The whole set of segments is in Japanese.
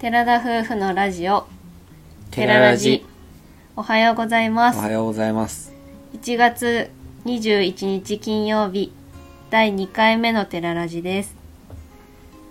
寺田夫婦のラジオテララジおはようございまおすはようございます1月21日金曜日第2回目のテララジです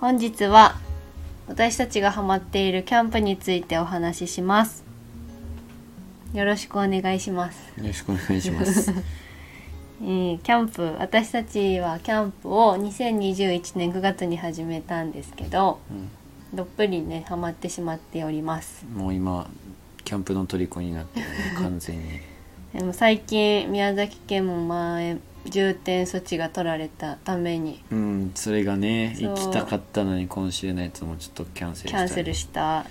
本日は私たちがハマっているキャンプについてお話ししますよろしくお願いします、よろしくお願いしますえーキャンプ私たちはキャンプを2021年9月に始めたんですけどどっぷりねハマってしまっております もう今キャンプの虜になってるね完全にでも最近宮崎県もまん延重点措置が取られたためにうんそれがねそう行きたかったのに今週のやつもちょっとキャンセルしキたャね、ンセルした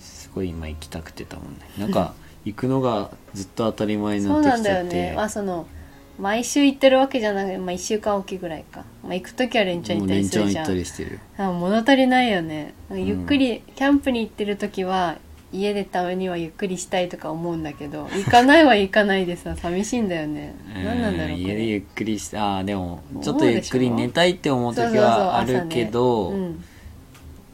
すごい今行きたくてたもんねなんか行くのがずっと当たり前にそなうってなきんちだゃよってねまあその毎週行ってるわけじゃなくて、まあ、1週間おきぐらいか、まあ、行く時は連チャンも行うったりす連チャるンじ行ゃったんりしてるあ物足りないよねなんかゆっくり、キャンプに行ってる時は家でたまにはゆっくりしたいとか思うんだけど行かないは行かないでさ 寂しいんだよね何なんだろううんこ家れでゆっくりしてああでも思うでしちょょっとゆっくり寝たいって思う時はそあうそうそう朝ねるけどうん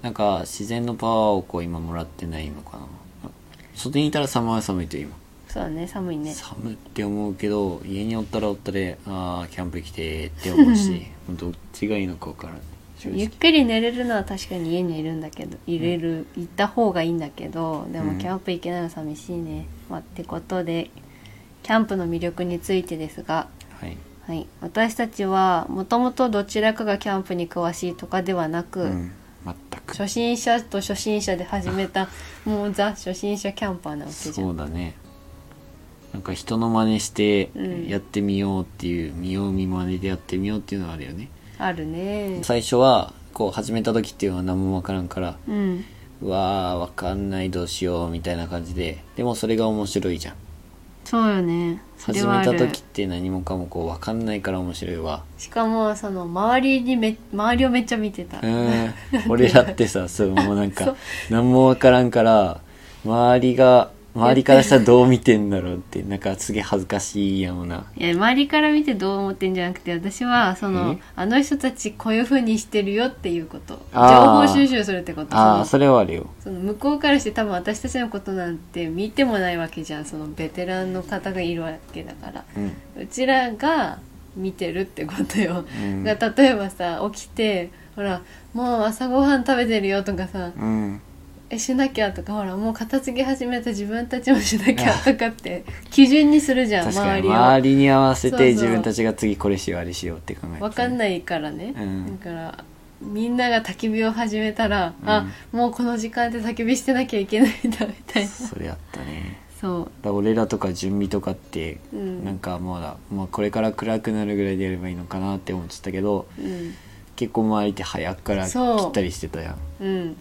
なんか自然のパワーをこう今もらってないのかな外にいたら寒いは寒いと今そうだね寒いね寒いって思うけど家におったらおったでああキャンプ来てって思 うしどっちがいいのか分からない正ゆっ直くり寝れるのは確かに家にいるんだけど入れる、行った方がいいんだけどでうもんキャンプ行けないの寂しいね、まあ、ってことでキャンプの魅力についてですが、はいはい、私たちはもともとどちらかがキャンプに詳しいとかではなく、うん全く初心者と初心者で始め たもうザ初心者キャンパーなわけじゃそんうだねなんか人の真似してうんやってみようっていう、見よう見まねでやってみようっていうのはあるよねあるね最初はこう始めた時っていうのは何も分からんからうんうわー分かんないどうしようみたいな感じででもそれが面白いじゃんそうよねそれ始はあめるた時って何もかもこう分かんないから面白いわしかもその周りにめ周りをめっちゃ見てた、うーん俺らって さそうもうなんか何も分からんから周りが周りからしたらどう見てんだろうってなんかすげえ恥ずかしいやもないや周りから見てどう思ってんじゃなくて私はそのえあの人たちこういう風にしてるよっていうこと情あー報収集するってことそああのそれはあるよその向こうからして多分私たちのことなんて見てもないわけじゃんそのベテランの方がいるわけだからうんうちらが見てるってことよ、うんが例えばさ起きてほらもう朝ごはん食べてるよとかさうんえしなきゃとかほらもう片付け始めた自分たちもしなきゃとかって基準にするじゃん確か周にりを。周りに合わせそうそうて自分たちが次これしようあれしようって考えてわかんいないからね、うんだからみんなが焚き火を始めたら、うんあもうこの時間で焚き火してなきゃいけないんだみたいなそれあったねそうだから俺らとか準備とかって、うんなんかまだ、まあ、これから暗くなるぐらいでやればいいのかなって思ってたけどうん結構周りって早くから切そうったりしてたやんうん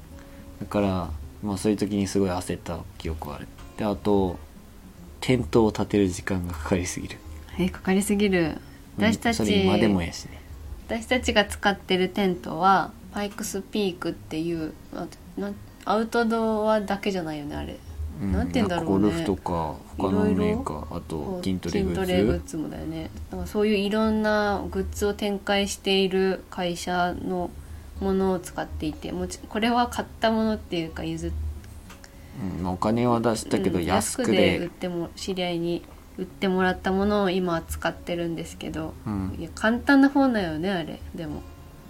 だから、まあ、そういう時にすごい焦った記憶はあるであとテントを立てる時間がかかりすぎるえかかりすぎるうん私たちそれ今でもやしね私たちが使ってるテントはパイクスピークっていうあなんアウトドアだけじゃないよねあれなんて言うんだろうねなんかゴルフとか他のいろいろメーカーあと筋トレグ筋ッズトレッズもだよねなんかそういういろんなグッズを展開している会社のものを使っていてもちこれは買ったものっていうか譲っうんまあお金は出したけどうん安く売っで、ても知り合いに売ってもらったものを今使ってるんですけど、うんいや簡単な方だよねあれでも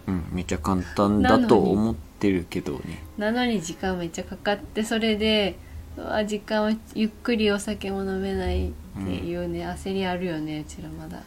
うん、めっちゃ簡単だと思ってるけどねなのに時間めっちゃかかってそれでうわ時間はゆっくりお酒も飲めないっていうね、焦りあるよねうちらまだ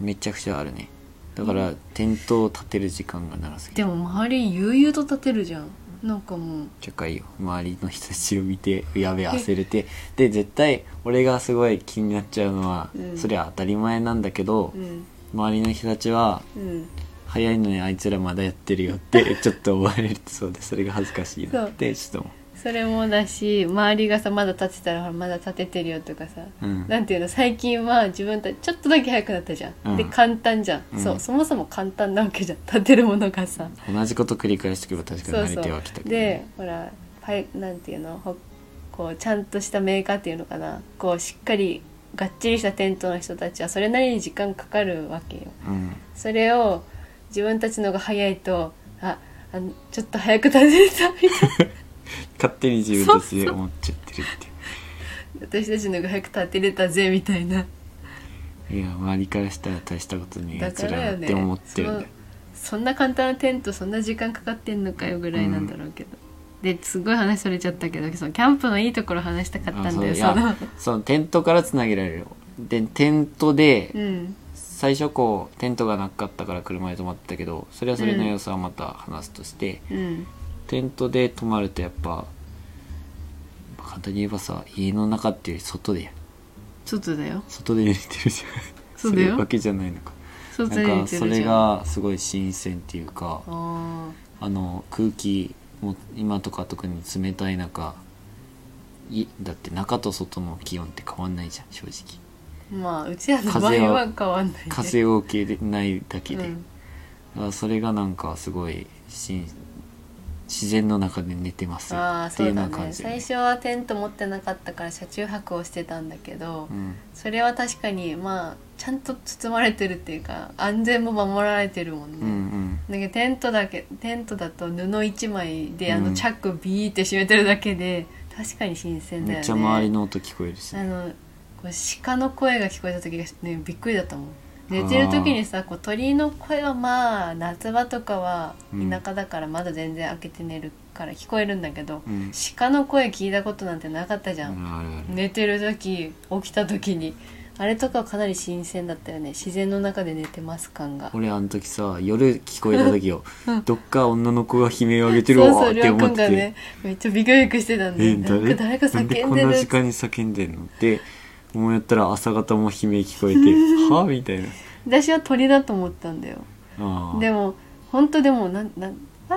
めちゃくちゃあるねだからテントを立てる時間が長すぎでるも周り悠々と立てるじゃんなんかもうめっちゃかいよ周りの人たちを見てやべえ焦れてで絶対俺がすごい気になっちゃうのは、うんそれは当たり前なんだけど、うん周りの人たちはうん早いのにあいつらまだやってるよって ちょっと思われるそうでそれが恥ずかしいなってちょっと思それもだし周りがさまだ立てたらほらまだ立ててるよとかさ、うんなんていうの最近は自分たちちょっとだけ早くなったじゃん、うんで簡単じゃん、うんそうそもそも簡単なわけじゃん立てるものがさ、う同じこと繰り返してくれば確かにそうそ慣れてうはきたけどでね、ほらパイなんていうのほこうちゃんとしたメーカーっていうのかなこうしっかりがっちりしたテントの人たちはそれなりに時間かかるわけようんそれを 自分たちのが早いとああのちょっと早く立てたみたい勝手に自分ですげえ思っちゃってるって私たちのが早く立てれたぜみたいないや周りからしたら大したことねえやだつかららだよっねて思ってるんだよそそんな簡単なテントそんな時間かかってんのかよぐらいなんだろうけど、ですごい話それちゃったけどそのキャンプのいいところ話したかったんだよあそそういのやそのテントからつなげられるよでテントで うん最初こうテントがなかったから車で泊まってたけどそれはそれの様子はまた話すとして、うんテントで泊まるとやっぱ簡単に言えばさ家の中っていうより外で外だよ外で寝てるじゃんそうだよれわけじゃないのか外でなん寝かてそるれじゃんあがすごい新鮮っていうかああの空気も今とか特に冷たい中いだって中と外の気温って変わんないじゃん正直ーまあうちらの場合風はは変わんないね風を受けないだけで、うんあそれがなんかすごいし自然の中で寝てますああってそいううよだうな感ねじだよ最ね初はテント持ってなかったから車中泊をしてたんだけど、うんそれは確かにまあちゃんと包まれてるっていうか安全も守られてるもんね、うんうんだけどテントだけテントだと布一枚であうのんチャックビーって閉めてるだけで、確かに新鮮だよねめっちゃ周りの音聞こえるしあのこう鹿の声が聞こえた時が、ね、びっくりだったもん寝てる時にさこう鳥の声はまあ夏場とかはうん田舎だから窓全然開けて寝るから聞こえるんだけど、うん鹿の声聞いたことなんてなかったじあゃるん、あるある寝てる時起きた時にあれとかかなり新鮮だったよね自然の中で寝てます感が俺あの時さ夜聞こえた時よどっか女の子が悲鳴を上げてるそうそわうっりてょう思くっんてがて、ねめっちゃビクビクしてたんだえよねなん誰か誰かなんで叫んこんでなる時間に叫んでんのって思ったら朝方も悲鳴聞こえ てはみたいな私は鳥だと思ったんだよああでも本当でもなんなんあ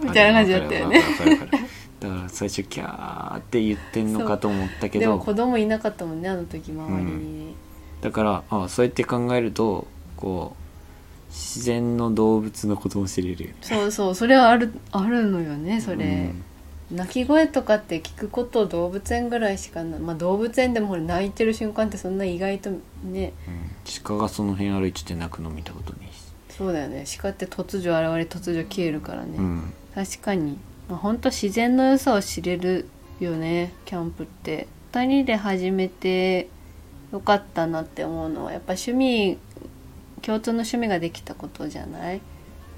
ーみたいな感じだったよねわかるわかるわかるわかるだから最初キャーって言ってんのかと思ったけでもど子供いなかったもんねあの時周りに、だからああそうやって考えるとこう自然の動物のことも知れるよねそうそうそれはあるあるのよねそれ、うん鳴き声とかって聞くこと動物園ぐらいしかないまあ動物園でもほら泣いてる瞬間ってそんな意外とねうん鹿がその辺歩いてて泣くの見たことないし、そうだよね鹿って突如現れ突如消えるからね、うん、確かに、まあ、本当自然の良さを知れるよねキャンプって2人で始めてよかったなって思うのはやっぱ趣味共通の趣味ができたことじゃない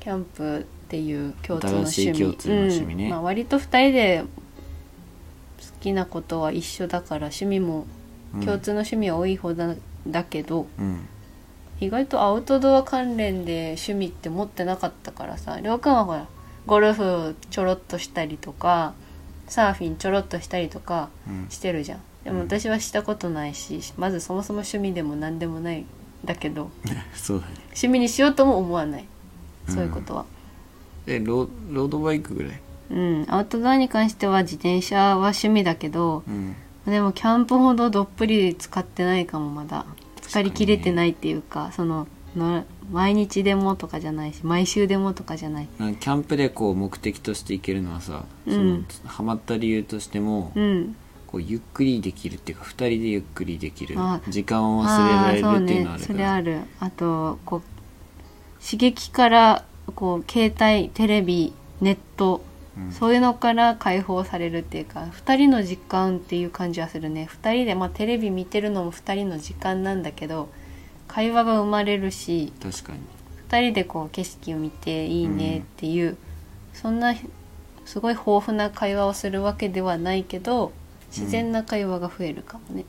キャンプっていう共通の趣新し味い共通の趣味ねうんまあ、割と2人で好きなことは一緒だから趣味もうん共通の趣味は多い方だ,、だけどうん意外とアウトドア関連で趣味って持ってなかったからさりょうくんはほらゴルフちょろっとしたりとかサーフィンちょろっとしたりとかうん してるじゃんでうもん私はしたことないしまずそもそも趣味でも何でもないんだけどそうだね趣味にしようとも思わないそういうことはえロロードバイクぐらいうん、アウトドアに関しては自転車は趣味だけどうんでもキャンプほどどっぷり使ってないかもまだ疲れきれてないっていうかそのの毎日でもとかじゃないし毎週でもとかじゃないなんかキャンプでこう目的として行けるのはさ、うんそのハマった理由としても、うんこうゆっくりできるっていうか2人でゆっくりできるあ時間を忘れられるっていうのはあーそあるかうねそれらあるあとこう刺激からこう携帯テレビネット、うんそういうのから解放されるっていうか2人の時間っていう感じはするね2人で、まあ、テレビ見てるのも2人の時間なんだけど会話が生まれるし確かに2人でこう景色を見ていいねっていう、そんなすごい豊富な会話をするわけではないけど自然な会話が増えるかもね。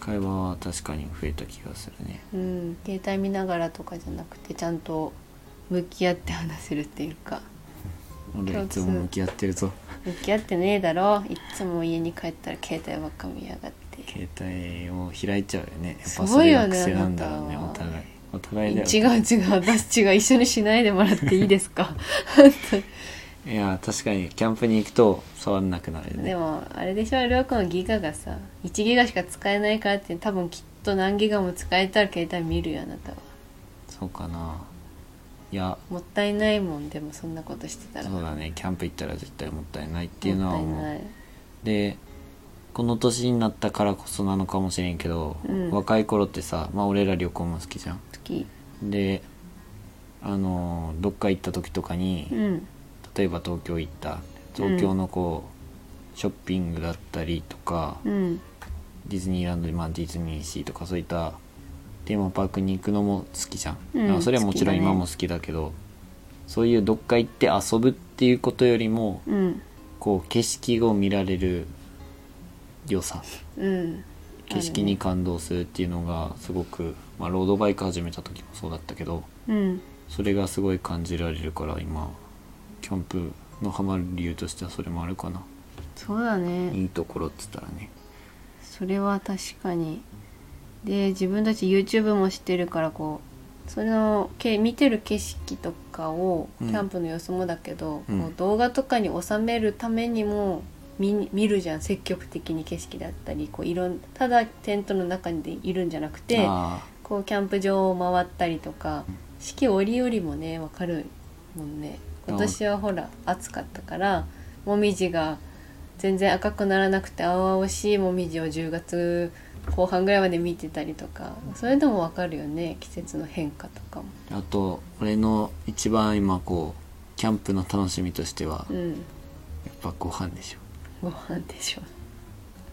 会話は確かに増えた気がするねうん、携帯見ながらとかじゃなくてちゃんと向き合って話せるっていう か俺共い通つも向き合ってるぞ向き合ってねえだろいっつも家に帰ったら携帯ばっか見やが って携帯を開いちゃうよねやっすぱごそいれよがね癖なんだろうねあなおた互いお互いだよ違う違う私違う一緒にしないでもらっていいですか いや確かにキャンプに行くと触んなくなるよでねもあれでしょりょうくんはギガがさ1ギガしか使えないからって多分きっと何ギガも使えたら携帯見るよあなたはそうかないやもったいないもんでもそんなことしてたらそうだねキャンプ行ったら絶対もったいないっていうのもはったい思なういでこの年になったからこそなのかもしれんけど、うん若い頃ってさまあ俺ら旅行も好きじゃん好きであのどっか行った時とかに、うん例例えば東京行った東京のこう、ショッピングだったりとか、うんディズニーランド、まあ、ディズニーシーとかそういったテーマパークに行くのも好きじゃん、うんだからそれはもちろん好きだね今も好きだけどそういうどっか行って遊ぶっていうことよりもうんこう景色を見られる良さうん景色に感動するっていうのがすごく、まあ、ロードバイク始めた時もそうだったけどうんそれがすごい感じられるから今キャンプのハマる理由としてはそれもあるかなそうだねいいところっつったらねそれは確かにで自分たち YouTube もしてるからこうそのけ見てる景色とかをうキんャンプの様子もだけど、うんこう動画とかに収めるためにも見に見るじゃん積極的に景色だったりこういろんただテントの中にいるんじゃなくてあこうキャンプ場を回ったりとか四季折々もね分かるもんね今年はほら暑かったからもみじが全然赤くならなくて青々しいもみじを10月後半ぐらいまで見てたりとかそれでも分かるよね季節の変化とかも。ーあと俺の一番今こうキャンプの楽しみとしてはうやっんぱご飯でしょご飯でしょ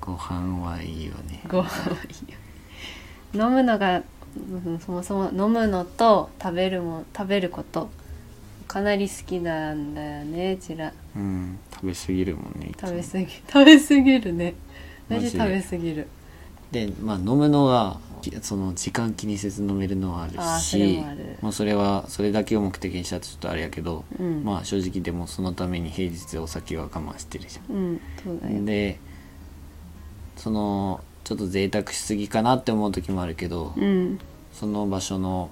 ご飯はいいよねご飯はいいよ飲むのがうんそもそも飲むのと食べるも食べることかなり好きなんだよねうちら。うん食べ過ぎるもんねいつも食べ過ぎ食べ過ぎるねママジジで食べ過ぎるでまあ飲むのはきその時間気にせず飲めるのはあるしあーそれもあるまあ、それはそれだけを目的にしたらちょっとあれやけど、うんまあ正直でもそのために平日お酒は我慢してるじゃうんそうだよん。でそのちょっと贅沢しすぎかなって思う時もあるけど、うんその場所の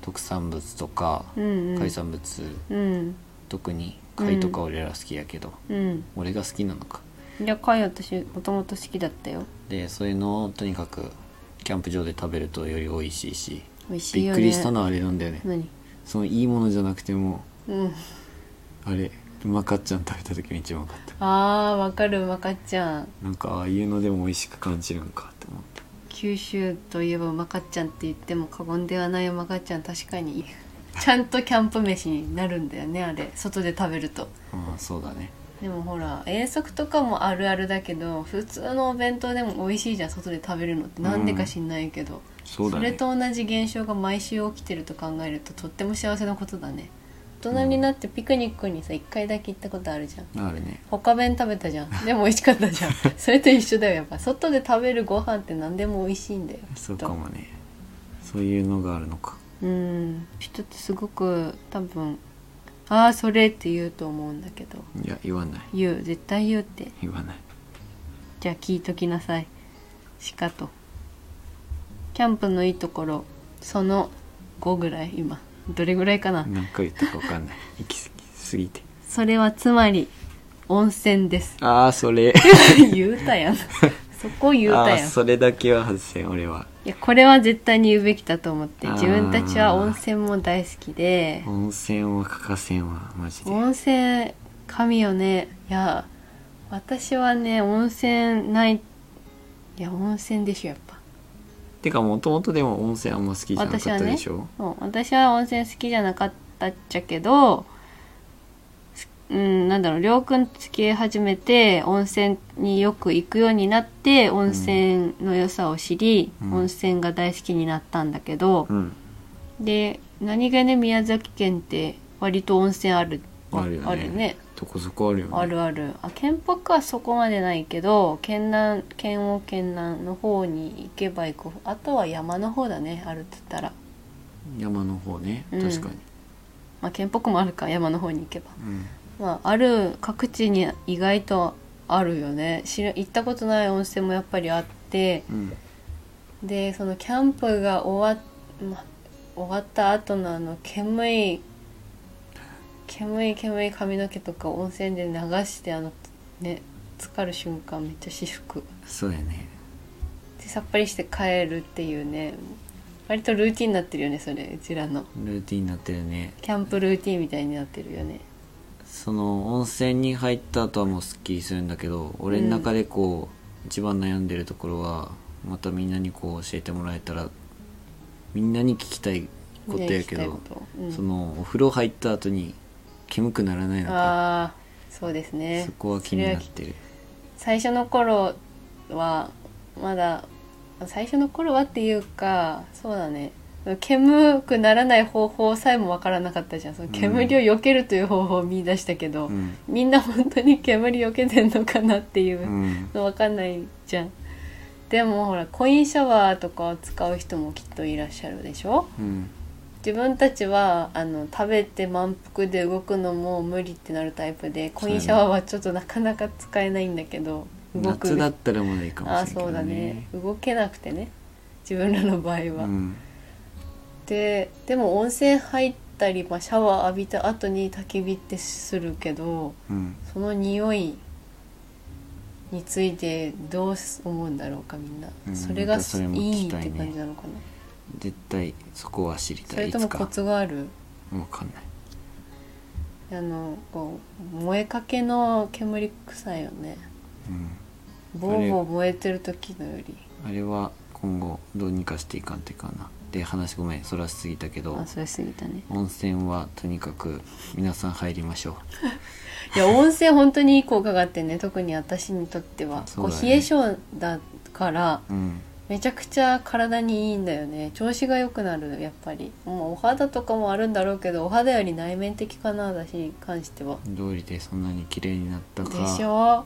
特産物とかうんうん海産物、うん特に貝とか俺ら好きやけど、うん俺が好きなのか。いや貝私もともと好きだったよでそういうのをとにかくキャンプ場で食べるとより美味しいし美味しいびっよくねりしたのはあれなんだよね何そのいいものじゃなくてもうんあれうまかっちゃん食べた時が一番うまかったあーわかるうまかっちゃんなんかああいうのでも美味しく感じるんかって思った九州といえばうまかっちゃんって言っても過言ではないうまかっちゃん確かにちゃんとキャンプ飯になるんだよねあれ外で食べるとああそうだねでもほら遠足とかもあるあるだけど普通のお弁当でも美味しいじゃん外で食べるのってなんでか知んないけど、そうだれねと同じ現象が毎週起きてると考えるととっても幸せなことだね大人になってピクニックにさ1回だけ行ったことあるじゃんあるね他弁食べたじゃんでも美味しかった じゃんそれと一緒だよやっぱ外で食べるご飯って何でも美味しいんだよきっとそうかもねそういうのがあるのかうん人ってすごく多分「ああそれ」って言うと思うんだけどいや言わない言う絶対言うって言わないじゃあ聞いときなさい鹿とキャンプのいいところその5ぐらい今どれぐらいかな何回言ったか分かんない行き過ぎすぎてそれはつまり温泉です ああそれ言うたや んそこ言うたああやんそれだけは外せん俺はいやこれは絶対に言うべきだと思ってあー自分たちは温泉も大好きで温泉は欠かせんわマジで温泉神よねいや私はね温泉ないいや温泉でしょやっぱてかもともとでも温泉あんま好きじゃなかっ私はたねでしょ、そう私は温泉好きじゃなかったっちゃけどすうんなんだろう亮君と付き合い始めて温泉によく行くようになって温泉の良さを知り、うん温泉が大好きになったんだけどう、んで何気ね宮崎県って割と温泉あるあるよねあるねどこそこあるよねあるあるあ県北はそこまでないけど県南県央県南の方に行けば行くあとは山の方だねあるって言ったら山の方ねうん確かに、まあ県北もあるか山の方に行けばうんまあある各地に意外とあるよね知ら行ったことない温泉もやっぱりあってうんでそのキャンプが終わ,、ま、終わった後のあの煙い煙い煙い髪の毛とか温泉で流してあのね浸かる瞬間めっちゃ至福そうやねでさっぱりして帰るっていうね割とルーティンになってるよねそれうちらのルーティンになってるねキャンプルーティンみたいになってるよねその温泉に入った後はもうすっきりするんだけど俺の中でこう、一番悩んでるところはまたみんなにこう教えてもらえたらみんなに聞きたいことやけね行きたいどこ、とうんそのお風呂入った後に煙くならないのかああそうですねそこは気になってる最初の頃はまだ最初の頃はっていうかそうだね煙くならない方法さえもわからなかったじゃんその煙を避けるという方法を見出したけど、うんみんな本当に煙避けてんのかなっていううんのわかんないじゃんでもほらコインシャワーとかを使う人もきっといらっしゃるでしょうん自分たちはあの食べて満腹で動くのも無理ってなるタイプでコインシャワーはちょっとなかなか使えないんだけど動く夏だったらまだいいかもああしれなそいうけだどねね動けなくてね自分らの場合は、うんででも温泉入ったり、まあ、シャワー浴びた後に焚き火ってするけどうんその匂いについてどう思うんだろうかみんな、うんそれがまたそれもいいっ聞きたいてね感じなのかな絶対そこは知りそたいれいとつもかコツがあるわかんないあのこう燃えかけの煙臭いよねうんボーボー燃えてる時のよりあれは今後どうにかしていかんといかんなで話ごめんそらしすぎたけどあそれ過ぎたね温泉はとにかく皆さん入りましょいうや温泉本当にいい効果があってね特に私にとっては、そこううだよね冷え性だからうんめちゃくちゃ体にいいんだよね調子が良くなるやっぱりもうお肌とかもあるんだろうけどお肌より内面的かな私に関しては通りでそんなに綺麗になったでかしょ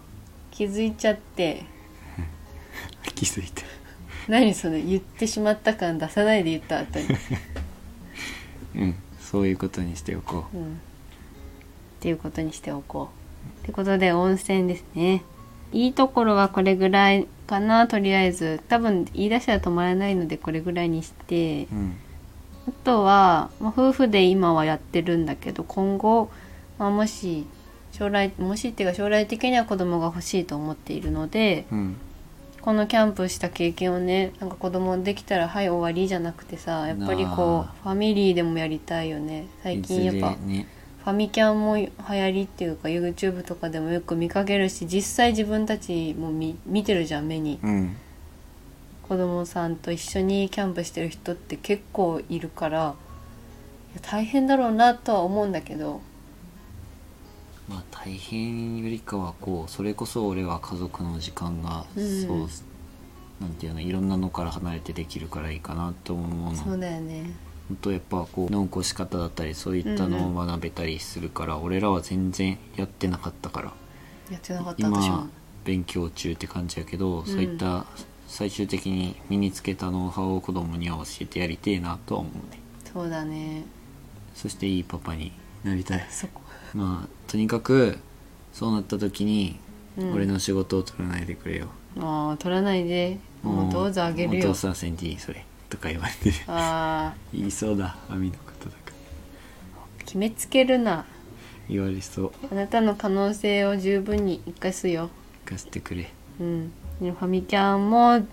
気づいちゃって気づいて何それ言ってしまった感出さないで言った後に、うんそういうことにしておこうん、っていうことにしておこうってことで温泉ですねいいところはこれぐらいかなとりあえず多分言い出したら止まらないのでこれぐらいにしてううんあとは、まあ、夫婦で今はやってるんだけど今後、まあ、もし将来もしっていうか将来的には子供が欲しいと思っているのでうんこのキャンプした経験をねなんか子供できたら「はい終わり」じゃなくてさやっぱりこなあうファミリーでもやりたいよね最近やっぱいずれねファミキャンも流行りっていうか YouTube とかでもよく見かけるし実際自分たちも見見てるじゃん目にうん子供さんと一緒にキャンプしてる人って結構いるからいや大変だろうなとは思うんだけどまあ大変よりかはこうそれこそ俺は家族の時間が、うんそうなんていうのいろんなのから離れてできるからいいかなと思うのそうだよね本当やっぱこうの起こし方だったりそういったのを学べたりするから、俺らは全然やってなかったからやってなかった私も今勉強中って感じやけど、そういった最終的に身につけたノウハウを子供には教えてやりてえなとは思うねそうだねそしていいパパになりたいそこまあとにかくそうなった時に、うん俺の仕事を取らないでくれよああ取らないでもうどうぞあげるおよ父さんセンティーそれとか言われてる ああ言いそうだ網のことだから決めつけるな言われそうあなたの可能性を十分に生かすよ行かせてくれうんねファミキャンも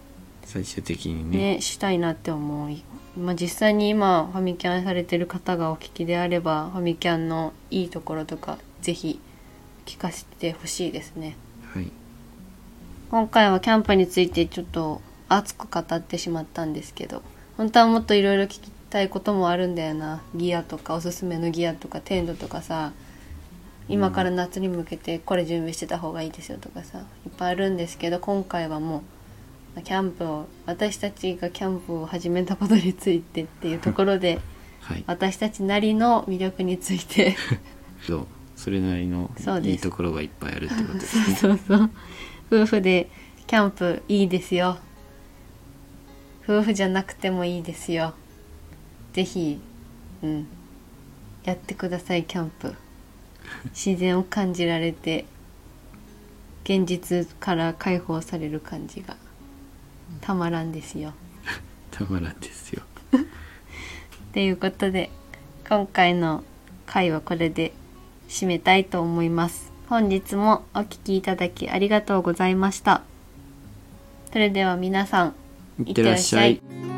最終的にねねしたいなって思う、まあ、実際に今ファミキャンされてる方がお聞きであればファミキャンのいいところとかぜひ聞かせてほしいですねはい今回はキャンプについてちょっと熱く語ってしまったんですけど本当はもっといろいろ聞きたいこともあるんだよなギアとかおすすめのギアとかテントとかさ今から夏に向けてこれ準備してた方がいいですよとかさいっぱいあるんですけど今回はもうキャンプを私たちがキャンプを始めたことについてっていうところではい私たちなりの魅力についてそうそれなりのそうですいいところがいっぱいあるってことで すそうそうそう夫婦でキャンプいいですよ夫婦じゃなくてもいいですよぜひうんやってくださいキャンプ自然を感じられて現実から解放される感じがたまらんですよたまらんですよということで今回の回はこれで締めたいと思います本日もお聞きいただきありがとうございましたそれでは皆さんいってらっしゃいってらっしゃい